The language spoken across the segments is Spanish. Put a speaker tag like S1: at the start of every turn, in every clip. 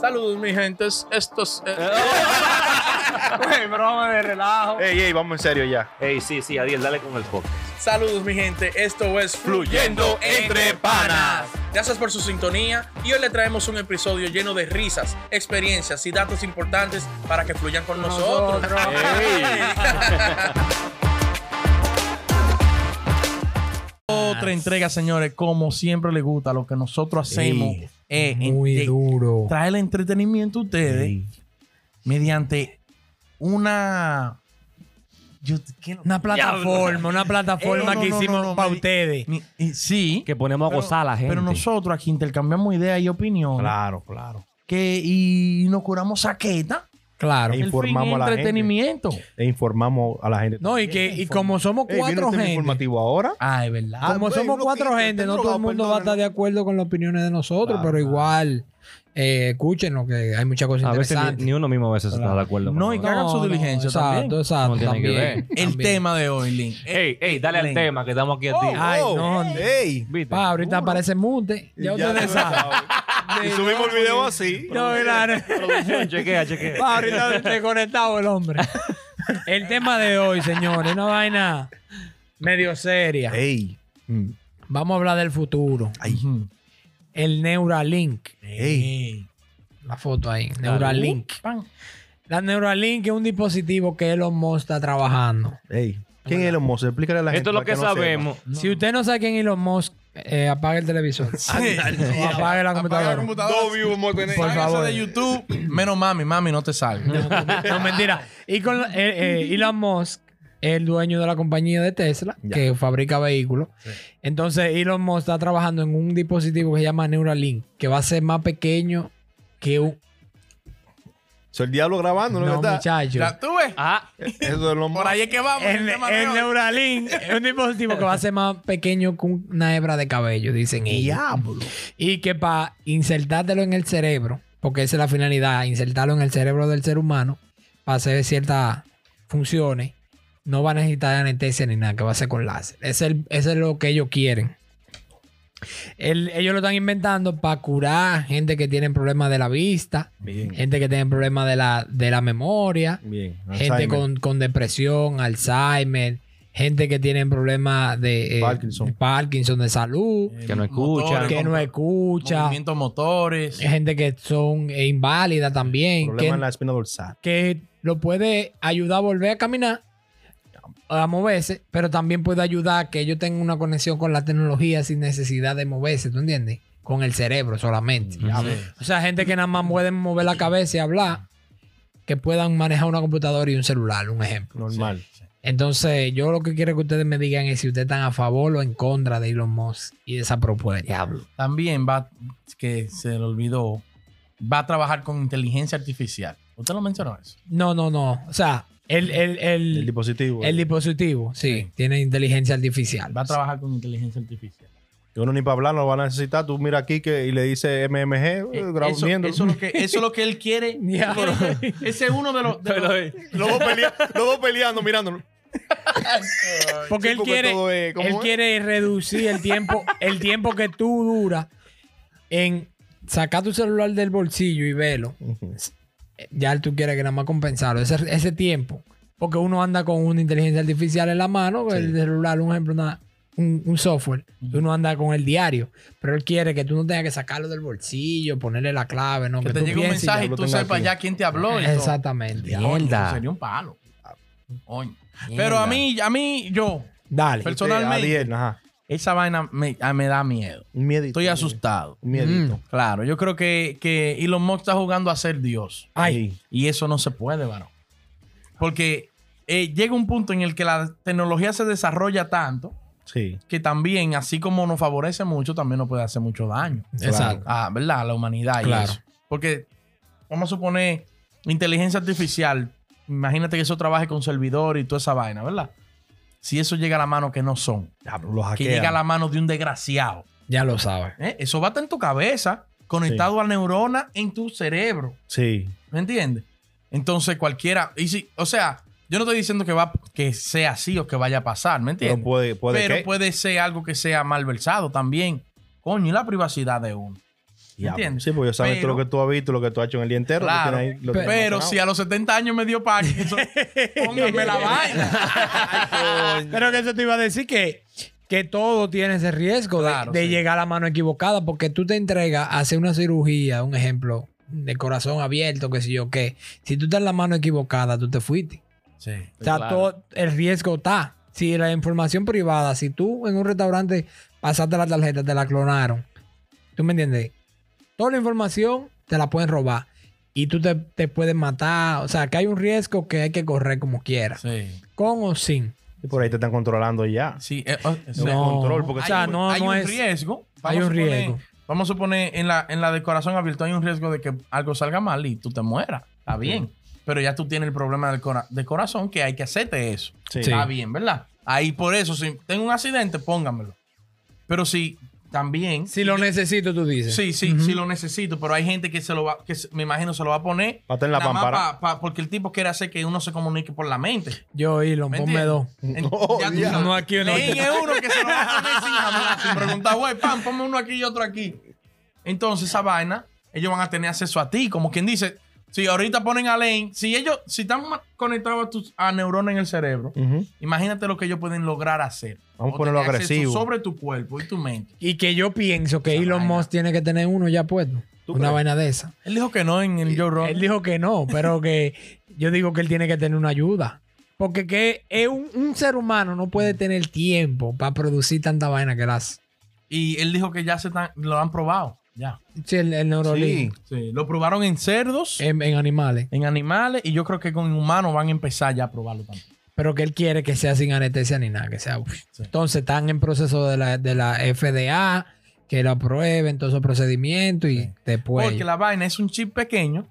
S1: Saludos, mi gentes. Estos. eh,
S2: Güey, broma de relajo.
S3: Ey, ey, vamos en serio ya.
S4: Ey, sí, sí, Adiel, dale con el podcast.
S1: Saludos, mi gente. Esto es
S3: Fluyendo Entre Panas.
S1: Gracias por su sintonía y hoy le traemos un episodio lleno de risas, experiencias y datos importantes para que fluyan con nosotros.
S2: Nosotros.
S1: Otra entrega, señores, como siempre le gusta, lo que nosotros hacemos
S4: Sí,
S1: es
S2: Muy
S1: ente-
S2: duro.
S1: traer el entretenimiento a ustedes mediante una. yo- ¿qué no-
S2: Una plataforma, una plataforma
S1: Eh, no,
S2: que
S1: no, no,
S2: hicimos
S1: no, no,
S2: para
S1: me-
S2: ustedes.
S1: mi- eh, sí.
S4: Que ponemos a gozar a la gente.
S1: Pero nosotros aquí intercambiamos ideas y opiniones.
S3: Claro, claro.
S1: Que, y nos curamos saqueta.
S2: Claro.
S3: Ey,
S1: el
S3: Informamos a la
S1: fin es
S3: gente.
S1: entretenimiento.
S3: E informamos a la gente.
S2: No, y que y como somos
S3: Ey, ¿viene
S2: cuatro
S3: usted mi
S2: gente.
S3: informativo ahora?
S1: Ah, es verdad.
S3: Ah,
S2: Como
S3: güey,
S2: somos
S3: uno
S2: cuatro
S3: que
S2: gente,
S3: esté
S2: no todo el
S3: drogado,
S2: mundo va a estar
S3: perdónenme.
S2: de acuerdo con las opiniones de nosotros,
S3: Claro,
S2: pero
S3: claro.
S2: igual, eh, escúchenos que hay muchas cosas
S4: A veces
S2: interesantes.
S4: ni, ni uno mismo a veces está de acuerdo. con
S1: No, y que
S4: nosotros.
S1: hagan su diligencia
S2: exacto,
S1: también.
S2: Exacto,
S4: No tiene que
S2: también,
S4: ver.
S1: El
S2: también.
S1: tema de hoy, Link.
S4: Ey, ey, dale al
S1: Link.
S4: tema que estamos aquí al día.
S2: Ay, no.
S3: ey.
S4: ¿Viste?
S2: Pa, ahorita aparece mute. Ya ustedes saben.
S3: Y subimos el video así.
S2: No, claro.
S4: Producción, chequea, chequea.
S2: Pa, ahorita desconectado el hombre. El tema de hoy, señores, una vaina medio seria.
S3: Ey. Mm.
S2: Vamos a hablar del futuro.
S3: Ay.
S1: Ujú.
S2: El Neuralink.
S3: Ey.
S2: La foto ahí. Neuralink.
S1: Pan.
S2: La Neuralink es un dispositivo que Elon Musk está trabajando.
S3: Ey. ¿Quién es Elon Musk? Explícale a la gente.
S4: Esto es lo
S3: para
S4: que
S3: no
S4: sabemos.
S2: Si usted no sabe quién es Elon Musk, eh, apague el televisor. O apague la
S1: Apaga la
S2: computadora.
S1: computadora.
S3: sepa. Dobby, vamos a tener-
S2: Por
S1: Sálgase
S2: favor.
S1: de YouTube. Menos mami, mami, no te salgas.
S2: No, mentira. Y con la- eh, eh, Elon Musk, el dueño de la compañía de Tesla,
S3: Ya.
S2: que fabrica vehículos. Entonces, Elon Musk está trabajando en un dispositivo que se llama Neuralink, que va a ser más pequeño que un.
S3: Soy el diablo grabando, ¿no?
S2: No,
S3: ¿Verdad?
S2: muchacho.
S1: ¿La tuve?
S4: Ah,
S3: Eso es lo
S1: Por ahí es que vamos.
S2: El,
S1: tema de
S2: el
S1: hoy.
S2: Neuralink es un dispositivo que va a ser más pequeño que una hebra de cabello, dicen ellos.
S3: Diablo.
S2: Y que para insertártelo en el cerebro, porque esa es la finalidad, insertarlo en el cerebro del ser humano, para hacer ciertas funciones, no va a necesitar anestesia ni nada, que va a ser con láser. Ese es, el- ese es lo que ellos quieren. El- ellos lo están inventando para curar gente que tiene problemas de la vista,
S3: Bien.
S2: gente que tiene problemas de la, de la memoria,
S3: Bien.
S2: gente
S3: Alzheimer.
S2: con, con depresión, Alzheimer, gente que tiene problemas de eh,
S3: Parkinson. Eh,
S2: Parkinson, de salud,
S4: Que no escucha.
S1: Motores,
S2: que no
S1: con-
S2: escucha,
S1: Movimientos motores.
S2: gente que son eh, inválidas también,
S3: Problema en
S2: que,
S3: la espina dorsal.
S2: que lo puede ayudar a volver a caminar, a moverse, pero también puede ayudar a que ellos tengan una conexión con la tecnología sin necesidad de moverse, ¿tú entiendes? Con el cerebro solamente.
S4: Ujú.
S2: O sea, gente que nada más pueden mover la cabeza y hablar, que puedan manejar una computadora y un celular, un ejemplo.
S3: Normal.
S2: Entonces, yo lo que quiero que ustedes me digan es si ustedes están a favor o en contra de Elon Musk y de esa propuesta. Diablo.
S1: También va, que se le olvidó, va a trabajar con inteligencia artificial. ¿Usted lo mencionó eso?
S2: No, no, no. O sea, el, el,
S3: El
S2: el,
S3: dispositivo.
S2: el dispositivo, sí, tiene inteligencia artificial.
S1: Va a trabajar con inteligencia artificial.
S3: Que uno ni para hablar no lo va a necesitar. Tú mira aquí que, y le dice MMG, eh, grabo-
S1: Eso,
S3: viéndolo.
S1: eso es lo que, eso es lo que él quiere.
S2: Ya.
S1: Quiere- Ese es uno de los... de los-
S3: Los dos pelea- los dos peleando, mirándolo.
S2: Porque
S3: Sí,
S2: él
S3: porque
S2: quiere,
S3: todo es- ¿cómo
S2: él
S3: es?
S2: quiere reducir el tiempo, el tiempo que tú duras en sacar tu celular del bolsillo y verlo. Ya tú quieres que nada más compensarlo. Ese, ese tiempo. Porque uno anda con una inteligencia artificial en la mano, el celular, un ejemplo, una- un, un software. y Uno anda con el diario. Pero él quiere que tú no tengas que sacarlo del bolsillo, ponerle la clave, no.
S1: que
S2: Que,
S1: te
S2: tú
S1: llegue un
S2: pienses y ya.
S1: mensaje y
S3: lo
S1: tú
S3: tengo
S1: sepas
S3: aquí.
S1: ya quién te habló. y todo.
S2: Exactamente.
S1: Coño, eso
S4: Mierda.
S1: Sería un palo. Coño. Pero a mí, a mí, yo,
S2: Dale.
S1: personalmente,
S3: Eh, Adiel, ajá.
S1: esa vaina me, a- me da miedo.
S3: Un miedito.
S1: Estoy asustado. Mm,
S3: Un miedito.
S1: Claro, yo creo que, que Elon Musk está jugando a ser Dios.
S2: Ay.
S1: Y eso no se puede, varón. Porque eh, llega un punto en el que la tecnología se desarrolla tanto
S3: Sí.
S1: que también, así como nos favorece mucho, también nos puede hacer mucho daño.
S2: Exacto.
S1: Ah, ¿verdad? A la humanidad. y
S2: Claro.
S1: eso. Porque vamos a suponer inteligencia artificial. Imagínate que eso trabaje con servidor y toda esa vaina, ¿verdad? Si eso llega a la mano que no son,
S3: Diablo, lo
S1: que
S3: hackean.
S1: llega a la mano de un desgraciado,
S2: Ya lo sabes.
S1: ¿eh? eso va a estar en tu cabeza, conectado a neurona en tu cerebro.
S3: Sí.
S1: ¿Me entiendes? Entonces cualquiera, y si, o sea, yo no estoy diciendo que va que sea así o que vaya a pasar, ¿me entiendes?
S3: Pero puede, puede
S1: Pero
S3: que-
S1: puede ser algo que sea malversado también. Coño, y la privacidad de uno.
S3: Diablo.
S1: ¿Entiendes?
S3: Sí, porque ya sabes
S1: Pero-
S3: tú lo que tú has visto, lo que tú has hecho en el día entero. lo
S1: Claro.
S3: tienes ahí, lo
S2: Pe-
S3: tienes
S1: Pero
S3: almacenado.
S1: si a los 70 años me dio Parkinson, pónganme la vaina.
S2: Pero que eso te iba a decir que, que todo tiene ese riesgo de-
S1: Claro,
S2: de,
S1: sí.
S2: llegar a la mano equivocada, porque tú te entregas a hacer una cirugía, un ejemplo, de corazón abierto, qué sé yo qué. Si tú estás en la mano equivocada, tú te fuiste.
S1: Sí.
S2: O sea,
S4: Claro.
S2: todo el riesgo está. Si la información privada, si tú en un restaurante pasaste la tarjeta, te la clonaron. ¿Tú me entiendes? Toda la información te la pueden robar. Y tú te, te puedes matar. O sea, que hay un riesgo que hay que correr como quieras.
S1: Sí.
S2: Con o sin.
S3: Y por ahí te están controlando ya.
S1: Sí, eh, o- o sea,
S3: No, control, porque
S2: o
S1: hay
S2: sea,
S1: un-
S2: no,
S1: hay
S2: no
S1: un
S2: es.
S1: riesgo.
S2: hay
S1: Vamos
S2: un
S1: a suponer-
S2: riesgo.
S1: Vamos a suponer, en la, en la de corazón abierto hay un riesgo de que algo salga mal y tú te mueras. Está bien. Pero ya tú tienes el problema del cora- de corazón que hay que hacerte eso.
S3: Sí.
S2: Sí.
S1: Está bien, ¿verdad? Ahí por eso, si tengo un accidente, póngamelo. Pero si también...
S2: Si lo necesito, tú dices.
S1: Sí, sí,
S2: Ujú.
S1: sí lo necesito, pero hay gente que se lo va, que se- me imagino se lo va a poner.
S3: Va a estar en la
S1: nada más
S3: pampara.
S1: pa- pa- porque el tipo quiere hacer que uno se comunique por la mente.
S2: Yo, Elon,
S1: ¿Me
S2: ponme dos.
S1: entiendes? En-
S3: No,
S1: ya tú
S3: diablo.
S1: sabes.
S2: No aquí, no
S1: Leí
S2: aquí.
S1: es uno que se lo va a poner sin hablar, sin preguntar, güey, pam, ponme uno aquí y otro aquí. Entonces, esa vaina, ellos van a tener acceso a ti. Como quien dice, si ahorita ponen a Lane, si ellos, si están ma- conectados a tus a neuronas en el cerebro,
S3: Ujú.
S1: imagínate lo que ellos pueden lograr hacer.
S3: Vamos a
S1: O
S3: ponerlo
S1: tener acceso
S3: agresivo.
S1: Sobre tu cuerpo y tu mente.
S2: Y que yo pienso que
S1: Esa
S2: Elon
S1: vaina.
S2: Musk tiene que tener uno ya puesto.
S3: ¿Tú
S2: Una
S3: crees?
S2: vaina de esa.
S1: Él dijo que no en el Joe Rogan.
S2: Él dijo que no, pero que yo digo que él tiene que tener una ayuda. Porque que es un, un ser humano no puede tener tiempo para producir tanta vaina que él hace.
S1: Y él dijo que ya se están- lo han probado. Ya.
S2: Sí, el, el Neuralink.
S1: Sí, Lo probaron en cerdos,
S2: En, en animales.
S1: en animales, y yo creo que con humanos van a empezar ya a probarlo también.
S2: Pero que él quiere que sea sin anestesia ni nada, que sea. uf.
S1: Sí.
S2: Entonces están en proceso de la, de la FDA, que lo aprueben, todos esos procedimientos y
S1: Sí.
S2: después.
S1: Porque la vaina es un chip pequeño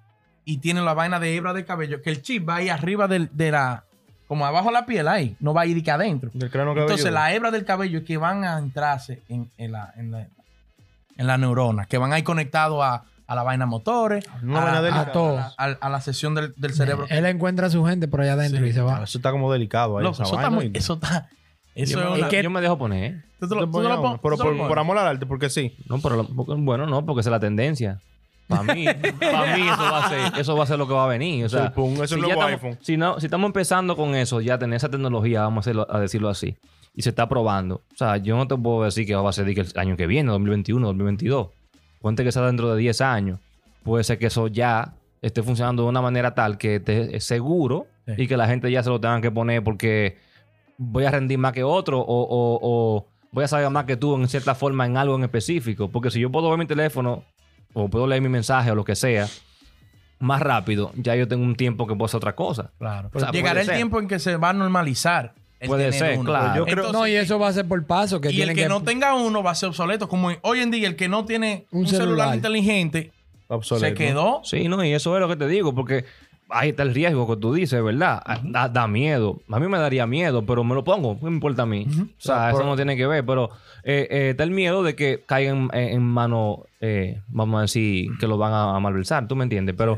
S1: y tiene la vaina de hebra de cabello, que el chip va ahí arriba del- de la. como abajo de la piel ahí, no va a ir que adentro.
S3: Del cráneo
S1: Entonces,
S3: cabelludo.
S1: la hebra del cabello es que van a entrarse en, en la, en, la, en la neurona, que van a ir conectados a, a la vaina motores,
S3: Una
S1: a,
S3: vaina
S1: a-
S3: delicada.
S2: a todos.
S1: a- a la sesión del, del cerebro.
S2: Él encuentra a su gente por allá adentro
S1: Sí,
S2: y se va.
S3: Claro, Eso está como delicado ahí.
S1: Loco,
S3: esa
S1: eso está
S3: vaina,
S1: muy.
S3: y-
S1: Eso está. Eso
S4: yo,
S1: es
S4: me,
S1: una.
S4: yo me dejo poner. ¿eh?
S1: tú te lo-
S3: Te
S1: tú te
S3: ponía
S1: lo
S3: uno,
S1: pon-
S3: pero
S1: tú te lo
S3: por,
S1: pones.
S3: por amor al arte, porque sí.
S4: No, pero lo- porque- bueno, no, porque esa es la tendencia. Para mí, para mí eso va a ser, eso va a ser lo que va a venir. O sea,
S3: Sí, pum, eso es el
S4: ya
S3: nuevo
S4: estamos-
S3: iPhone.
S4: Si, no, si estamos empezando con eso, ya tener esa tecnología, vamos a, hacerlo- a decirlo así, y se está probando. O sea, yo no te puedo decir que va a ser de que el año que viene, 2021, 2022. Ponte que sea dentro de 10 años. Puede ser que eso ya esté funcionando de una manera tal que esté seguro
S1: Sí.
S4: y que la gente ya se lo tenga que poner porque voy a rendir más que otro o, o- o voy a saber más que tú en cierta forma en algo en específico. Porque si yo puedo ver mi teléfono o puedo leer mi mensaje o lo que sea más rápido, ya yo tengo un tiempo que puedo hacer otra cosa.
S1: Claro.
S4: O sea,
S1: Llegará
S4: puede
S1: el
S4: ser.
S1: tiempo en que se va a normalizar. el
S4: Puede
S1: tener
S4: ser,
S1: uno.
S4: claro.
S3: Yo creo-
S1: Entonces,
S2: no, y eso va a ser por paso. Que
S1: y el
S2: tienen
S1: que, no tenga uno va a ser obsoleto. Como hoy en día, el que no tiene
S2: Un
S1: un, celular.
S2: celular.
S1: inteligente
S3: Obsoleto.
S1: se quedó.
S4: Sí, no, y eso es lo que te digo, porque ahí está el riesgo que tú dices, ¿verdad? Ah, Da, da miedo. A mí me daría miedo, pero me lo pongo, ¿qué me importa a mí? O sea, eso no tiene que ver, pero eh, eh, está el miedo de que caigan en, en mano, eh, vamos a decir, que lo van a, a malversar, ¿tú me entiendes? Pero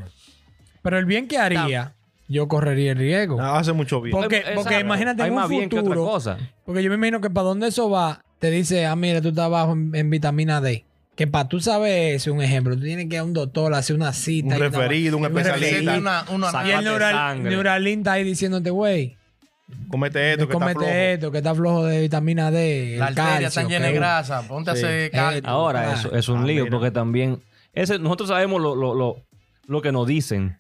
S2: Pero el bien que haría, yo correría el riesgo.
S3: Ah, Hace mucho bien.
S2: Por- Porque-
S4: Exacto.
S2: porque imagínate en
S4: Hay
S2: un
S4: más bien que otra
S2: futuro-
S4: cosa.
S2: Porque yo me imagino que para dónde eso va, te dice, ah, mira, tú estás bajo en, en vitamina D. Que para tú saber eso, un ejemplo, tú tienes que ir a un doctor, hacer una cita.
S3: Un
S2: y una-
S3: referido, un
S2: y
S3: especialista.
S2: referido.
S1: Una, una-
S4: Saca-
S2: Y el
S4: Sacate
S2: neural,
S4: sangre.
S2: Neuralink está ahí diciéndote, güey,
S3: Comete esto, que está flojo.
S2: comete esto, que está flojo de vitamina D.
S1: la
S2: el
S1: arteria está
S2: calcio,
S1: llena de
S2: que-
S1: grasa. Ponte
S3: Sí.
S1: a hacer
S2: Eh,
S1: cal-
S4: Ahora
S2: Claro.
S4: eso es un
S3: Ah,
S4: lío
S3: mira.
S4: porque también ese, nosotros sabemos lo, lo, lo, lo que nos dicen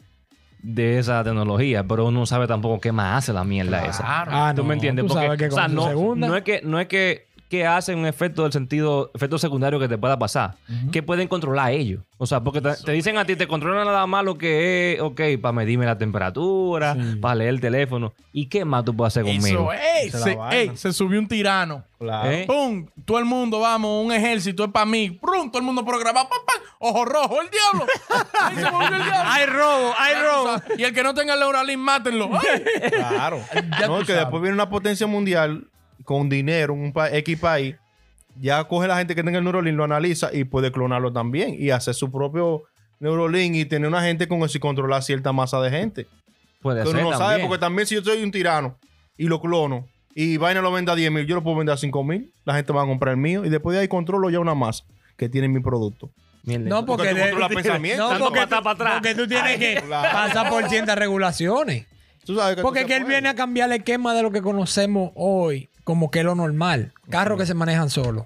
S4: de esa tecnología, pero uno no sabe tampoco qué más hace la mierda esa.
S1: Claro.
S2: Ah,
S4: ¿Tú
S2: no,
S4: me entiendes?
S2: Tú
S4: Porque,
S2: sabes que
S4: o
S2: con
S4: sea,
S2: su
S4: no,
S2: segunda,
S4: no es que no es que, que hace un efecto del sentido, efecto secundario que te pueda pasar. Que pueden controlar ellos. O sea, porque te, te dicen a ti, te controlan nada más lo que es, ok, para medirme la temperatura, para leer el teléfono. ¿Y qué más tú puedes hacer conmigo?
S1: Eso, ey,
S3: Esa es
S1: se,
S3: la vaina.
S1: ey, se subió un tirano.
S3: Claro.
S4: ¿Eh?
S1: ¡Pum! Todo el mundo, vamos, un ejército es para mí. ¡Pum! Todo el mundo programado. ¡Pam, pam! ojo rojo! ¡El diablo! ¡Ahí se volvió el diablo!
S2: Hay robo, hay
S1: Ya tú
S2: robo.
S1: sabes. Y el que no tenga el Neuralink, mátenlo. ¡Ay!
S3: Claro. no,
S1: tú
S3: que
S1: sabes.
S3: después viene una potencia mundial con dinero, un pa- X país. Ya coge la gente que tenga el Neurolink, lo analiza y puede clonarlo también y hacer su propio Neurolink y tener una gente con eso y controlar cierta masa de gente.
S4: Puede
S3: Pero
S4: ser
S3: uno no sabe,
S4: también.
S3: porque también si yo soy un tirano y lo clono y vaina lo vende a 10 mil, yo lo puedo vender a 5 mil, la gente va a comprar el mío y después de ahí controlo ya una masa que tiene mi producto.
S4: Mierda.
S2: No, porque,
S3: tú
S2: de-
S3: controlas pensamientos.
S2: no,
S3: Tanto
S2: porque,
S4: para atrás,
S2: tú-
S4: para atrás.
S2: porque tú tienes que
S3: claro.
S2: pasar por ciertas regulaciones.
S3: Tú sabes que
S2: Porque
S3: tú
S2: es
S3: te
S2: que él
S3: puedes.
S2: viene a cambiar el esquema de lo que conocemos hoy, como que es lo normal. Carros que se manejan solos.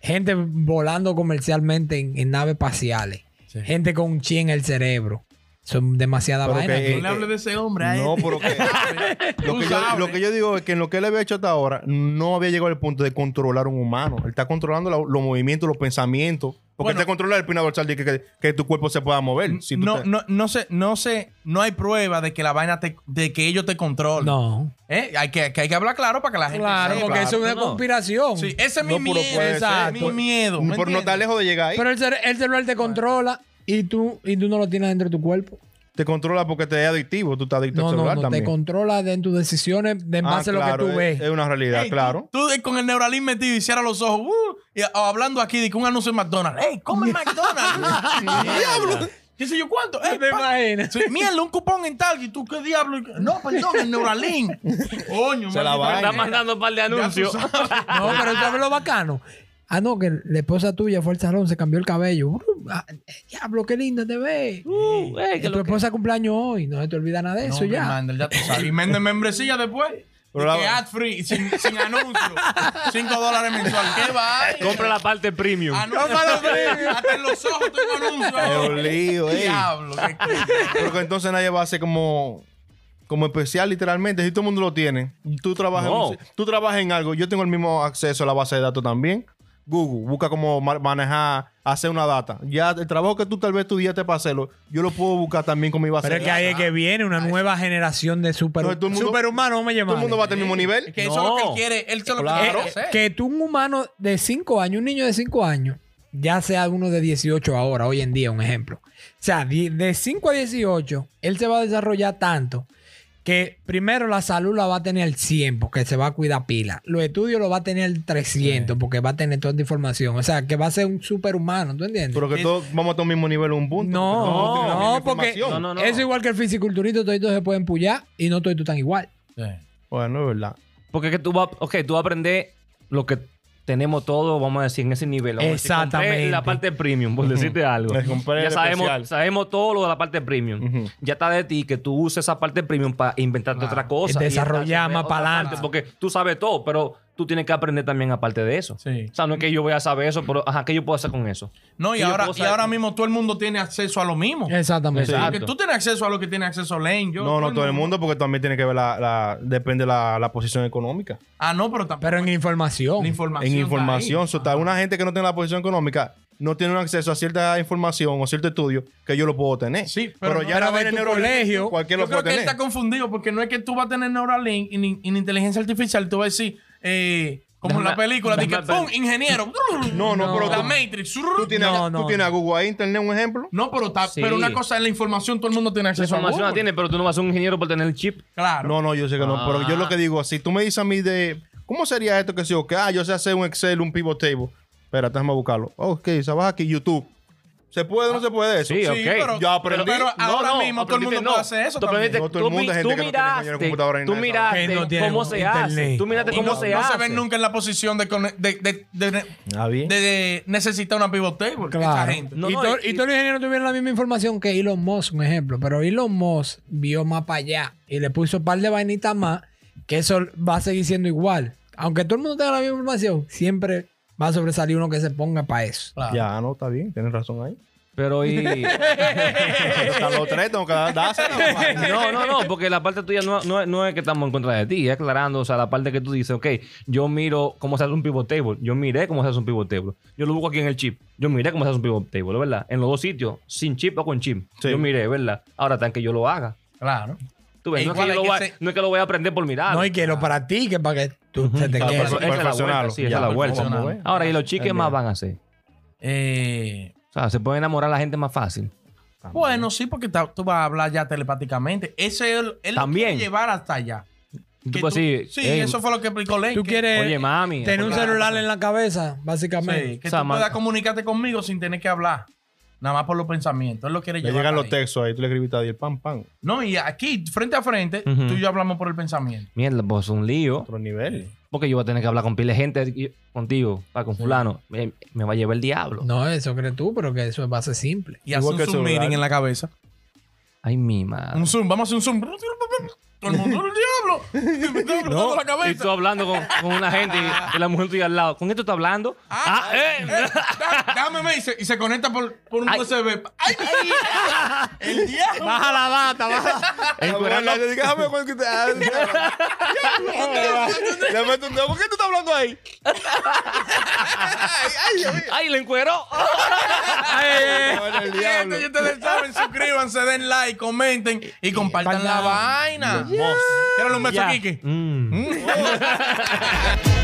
S2: Gente volando comercialmente en, en naves espaciales.
S1: Sí.
S2: Gente con un chi en el cerebro. Son demasiadas
S3: Pero
S2: vainas.
S3: que,
S2: que-
S1: No le hables de ese hombre a
S3: Eh, No,
S1: este.
S3: pero que... Lo
S1: Tú
S3: que, yo,
S1: sabes.
S3: lo que yo digo es que en lo que él había hecho hasta ahora, no había llegado al punto de controlar un humano. Él está controlando la- los movimientos, los pensamientos. Porque
S1: Bueno.
S3: él te controla el pina dorsal de que, que, que tu cuerpo se pueda mover. Si tú
S1: no,
S3: te-
S1: no, no sé, no sé, no hay prueba de que la vaina te, de que ellos te controlen.
S2: No.
S1: ¿Eh? Hay que, que hay que hablar claro para que la gente
S2: Claro,
S1: sepa.
S2: porque eso es una
S4: no.
S2: conspiración.
S1: Sí, ese es mi
S3: No, pero
S1: miedo.
S3: puede ser.
S1: Exacto. Mi
S3: Por-
S1: miedo. ¿me
S3: por no
S1: entiendes?
S3: estar lejos de llegar ahí,
S2: Pero el, cere- el celular te controla y tú, y tú no lo tienes dentro de tu cuerpo.
S3: te controla porque te es adictivo. Tú estás adicto
S2: No,
S3: al
S2: no,
S3: celular
S2: no. Te
S3: también.
S2: controla en tus decisiones de en
S3: Ah,
S2: base a
S3: claro,
S2: lo que tú
S3: es-
S2: ves.
S3: Es una realidad,
S1: Ey,
S3: claro.
S1: Tú, tú con el Neuralink metido y cierra los ojos. uh, y a- hablando aquí de que un anuncio en McDonald's. ¡Ey, come McDonald's! ¡Diablo! ¿Qué sé yo cuánto? ¡Ey,
S2: ¿Te
S1: pa-
S2: imaginas?
S1: Sí, mierda, un cupón en tal. ¿Y tú qué diablo? No, perdón, el Neuralink. Coño,
S3: Se la
S1: maldita
S3: vaina.
S4: Está
S1: vaina.
S4: mandando un par de
S1: Ya tú
S4: anuncios.
S1: sabes.
S2: No, pero tú sabes lo bacano. Ah, no, que la esposa tuya fue al salón, se cambió el cabello. Uh, ah, diablo, qué linda te ves.
S4: Uh, ey, que
S2: Que tu
S4: lo que-
S2: esposa cumpleaños hoy, no se te olvida nada de
S1: No,
S2: eso
S1: hombre,
S2: ya.
S1: Mandel, ya tú sabes. Y mende membresía después.
S3: Pero
S1: Y
S3: la-
S1: que ad free, sin, sin anuncio. 5 dólares mensual. ¿Qué va?
S4: Compra la parte premium.
S1: Anuncio. Hasta en los ojos tengo
S3: Es
S1: anuncio.
S3: un lío, ey.
S1: Diablo. qué cosa.
S3: Porque entonces nadie va a ser como, como especial, literalmente. Si todo el mundo lo tiene, tú trabajas,
S4: No.
S3: en, tú trabajas en algo. Yo tengo el mismo acceso a la base de datos también. Google, busca cómo ma- manejar, hacer una data. Ya el trabajo que tú tal vez tu día te pase, lo- yo lo puedo buscar también con mi base
S2: Pero es
S3: de
S2: que ahí
S3: datos.
S2: es que viene una nueva generación de super,
S3: Entonces, todo el mundo-
S2: superhumanos, vamos a
S3: Todo el mundo va a
S2: llamar.
S3: estar al mismo
S1: Es
S3: nivel.
S1: que eso es lo que él
S4: No.
S1: quiere. Él solo
S3: Claro.
S1: quiere hacer.
S2: Que tú, un humano de 5 años, un niño de 5 años, ya sea uno de 18 ahora, hoy en día, un ejemplo. O sea, di- de 5 a 18, él se va a desarrollar tanto que primero la salud la va a tener al 100 porque se va a cuidar pila. Los estudios lo va a tener al 300 porque va a tener toda la información. O sea, que va a ser un superhumano, ¿tú entiendes?
S3: Pero que
S1: Es-
S3: todos vamos a estar al mismo nivel en un punto. porque todo el mundo
S2: no,
S3: tiene la
S2: no,
S3: misma
S2: porque
S3: información.
S4: No, no, no.
S2: eso igual que el fisiculturito, todos se pueden pullar y no todos están igual.
S3: Bueno, es verdad.
S4: Porque que tú vas okay, tú vas a aprender lo que tenemos todo, vamos a decir, en ese nivel. Vamos a decir, compré
S2: Exactamente.
S4: la parte premium, por decirte algo.
S3: Me compré
S4: Ya
S3: el especial.
S4: sabemos, sabemos todo lo de la parte premium.
S3: Ujú.
S4: Ya está de ti que tú uses esa parte premium para inventarte otra cosa. y
S2: desarrollar
S4: esta-
S2: más
S4: otra
S2: para
S4: parte,
S2: adelante.
S4: Porque tú sabes todo, pero tú tienes que aprender también aparte de eso.
S1: Sí.
S4: O sea, no es que yo voy a saber eso, pero ajá, ¿qué yo puedo hacer con eso?
S1: No, y
S4: Sí, yo
S1: ahora,
S4: puedo
S1: y
S4: saber-
S1: ahora mismo todo el mundo tiene acceso a lo mismo.
S2: Exactamente.
S4: Sí.
S1: Porque tú tienes acceso a lo que tiene acceso Lane. Yo,
S3: No, no todo el mundo, porque también tiene que ver la, la- depende la, la posición económica.
S1: Ah, no, pero tampoco.
S2: Pero en información.
S1: la información.
S3: en
S1: está
S3: información.
S1: ahí.
S3: So, tal, una gente que no tiene la posición económica no tiene un acceso a cierta información o cierto estudio que yo lo puedo tener.
S1: Sí, pero
S3: pero,
S1: no-
S3: ya
S2: pero
S3: la
S2: de
S3: vaina
S2: tu
S3: en Neuralink,
S2: colegio,
S3: cualquiera
S1: Yo
S3: lo
S1: creo
S3: puede
S1: que él
S3: tener.
S1: está confundido porque no es que tú vas a tener Neuralink y ni- y ni inteligencia artificial. Tú vas a decir, eh, como en la
S4: Déjame-
S1: película, de que
S4: déjame-
S1: ¡pum! Ingeniero.
S3: No, no, pero
S1: La
S3: tú,
S1: Matrix.
S3: tú tienes,
S2: No,
S3: tú
S2: no,
S3: tienes a Google, a Internet, un ejemplo.
S1: No, pero, está-
S4: Sí.
S1: pero una cosa es la información. Todo el mundo tiene
S4: Esa
S1: acceso
S4: información
S1: a
S4: la
S1: Google.
S4: tienes, pero tú no vas a ser un ingeniero por tener el chip.
S1: Claro. Ah.
S3: No, no, yo sé que no. Pero yo lo que digo, si tú me dices a mí de, ¿cómo sería esto que si o que, ah, yo sé hacer un Excel, un pivot table? Espérate, déjame buscarlo. Ok, se baja aquí YouTube. ¿Se puede o no se puede eso?
S4: Sí,
S1: Ah, Sí,
S4: ok.
S1: pero-
S3: Yo aprendí.
S1: Pero,
S3: No,
S1: ahora
S4: no,
S1: mismo todo el mundo
S4: aprendiste,
S1: puede hacer eso.
S4: Tú
S1: también.
S4: aprendiste-
S3: No, todo el
S4: tú
S3: mundo,
S4: mi-
S3: hay gente
S4: tú
S3: que no tiene ingeniero de
S4: miraste,
S3: computadora ni
S4: tú
S3: nada de esa
S4: miraste
S2: vaina. Que no
S4: cómo se
S2: tiene internet.
S4: hace. Tú miraste
S1: Y
S4: cómo
S1: no,
S4: se
S1: no
S4: hace.
S1: se ven nunca en la posición de, cone- de, de- de- de-
S3: Ah, bien.
S1: de necesitar una pivot table. Esa
S2: Claro.
S1: gente.
S4: No,
S2: y,
S4: no,
S2: to-
S4: y-
S2: y todos los ingenieros tuvieron la misma información que Elon Musk, un ejemplo. Pero Elon Musk vio más para allá y le puso un par de vainitas más, que eso va a seguir siendo igual. Aunque todo el mundo tenga la misma información, siempre va a sobresalir uno que se ponga para eso.
S1: Claro.
S3: Ya, no, está bien, tienes razón ahí.
S4: Pero y...
S3: Hasta los tres tengo que dar- dársela, papá.
S4: No, no, no, porque la parte tuya no, no es- no es que estamos en contra de ti, es aclarando, o sea, la parte que tú dices, ok, yo miro cómo se hace un pivot table, yo miré cómo se hace un pivot table, yo lo busco aquí en el chip, yo miré cómo se hace un pivot table, ¿verdad? En los dos sitios, sin chip o con chip,
S3: Sí.
S4: yo miré, ¿verdad? Ahora tan que yo lo haga.
S1: Claro.
S4: Tú ves,
S1: E
S4: no, es que
S1: igual
S4: yo
S1: hay
S4: lo
S1: que
S4: voy a-
S1: ser-
S4: no es que lo voy a aprender por mirar.
S2: No, y que lo practiques para que tú se te
S3: Para
S2: quede.
S4: Esa
S3: perso-
S4: es la vuelta,
S3: perfeccionarlo.
S4: sí, esa
S3: Ya,
S4: es la vuelta.
S3: vamos a ver.
S4: Ahora, ¿y los chiques más van a hacer?
S1: Eh,
S4: O sea, se puede enamorar a la gente más fácil.
S1: bueno, sí, porque ta- tú vas a hablar ya telepáticamente. Ese es el, él lo
S4: También.
S1: quiere llevar hasta allá.
S4: Tú
S1: Que
S4: puedes
S1: tú-
S4: decir,
S1: sí,
S4: "Ey,
S1: eso fue lo que explicó Lane.
S2: Tú
S1: que-
S2: quieres
S4: Oye, mami.
S2: tener un
S4: hola".
S2: celular en la cabeza,
S1: sí,
S2: básicamente.
S1: que
S4: O sea,
S1: tú
S4: man-
S1: puedas comunicarte conmigo sin tener que hablar. nada más por los pensamientos. Él lo quiere
S3: Le
S1: llevar.
S3: llegan los
S1: ahí.
S3: textos ahí, tú le escribiste a Diel, pam, pam.
S1: No, y aquí, frente a frente,
S4: Ujú.
S1: tú y yo hablamos por el pensamiento.
S4: Mierda, pues un lío.
S3: Otro nivel.
S4: Porque yo voy a tener que hablar con pile de gente y- contigo, pa, con fulano. Me, me va a llevar el diablo.
S2: No, eso crees tú, pero que eso es base simple.
S1: Y
S3: Igual
S1: hace un
S3: que el
S1: zoom
S3: celular.
S1: meeting en la cabeza.
S4: Ay, mi madre.
S1: Un zoom, vamos a hacer un zoom. Todo el mundo, ¡el diablo! Me está explotando la
S4: Y tú
S1: cabeza.
S4: hablando con, con una gente y, y la mujer tuya al lado. ¿Con esto está hablando?
S1: Ah,
S4: Ah, eh.
S1: Eh, da- Dame, me dice. Y se conecta por, por un
S4: Ay.
S1: USB. ¡Ay, mi hija! ¡El diablo!
S4: Baja la bata, baja. Encuerando-
S3: Déjame cuando que te- ah, Le meto un dedo. ¿Por qué tú estás hablando ahí?
S4: ¡Ay, le encueró!
S3: Con el diablo.
S1: Eh, Gente, y ustedes saben, suscríbanse, den like, comenten y compartan la vaina.
S3: Vos.
S1: Quiero un beso,
S4: Ya.
S1: Kiki.
S4: Mm.
S1: Mm.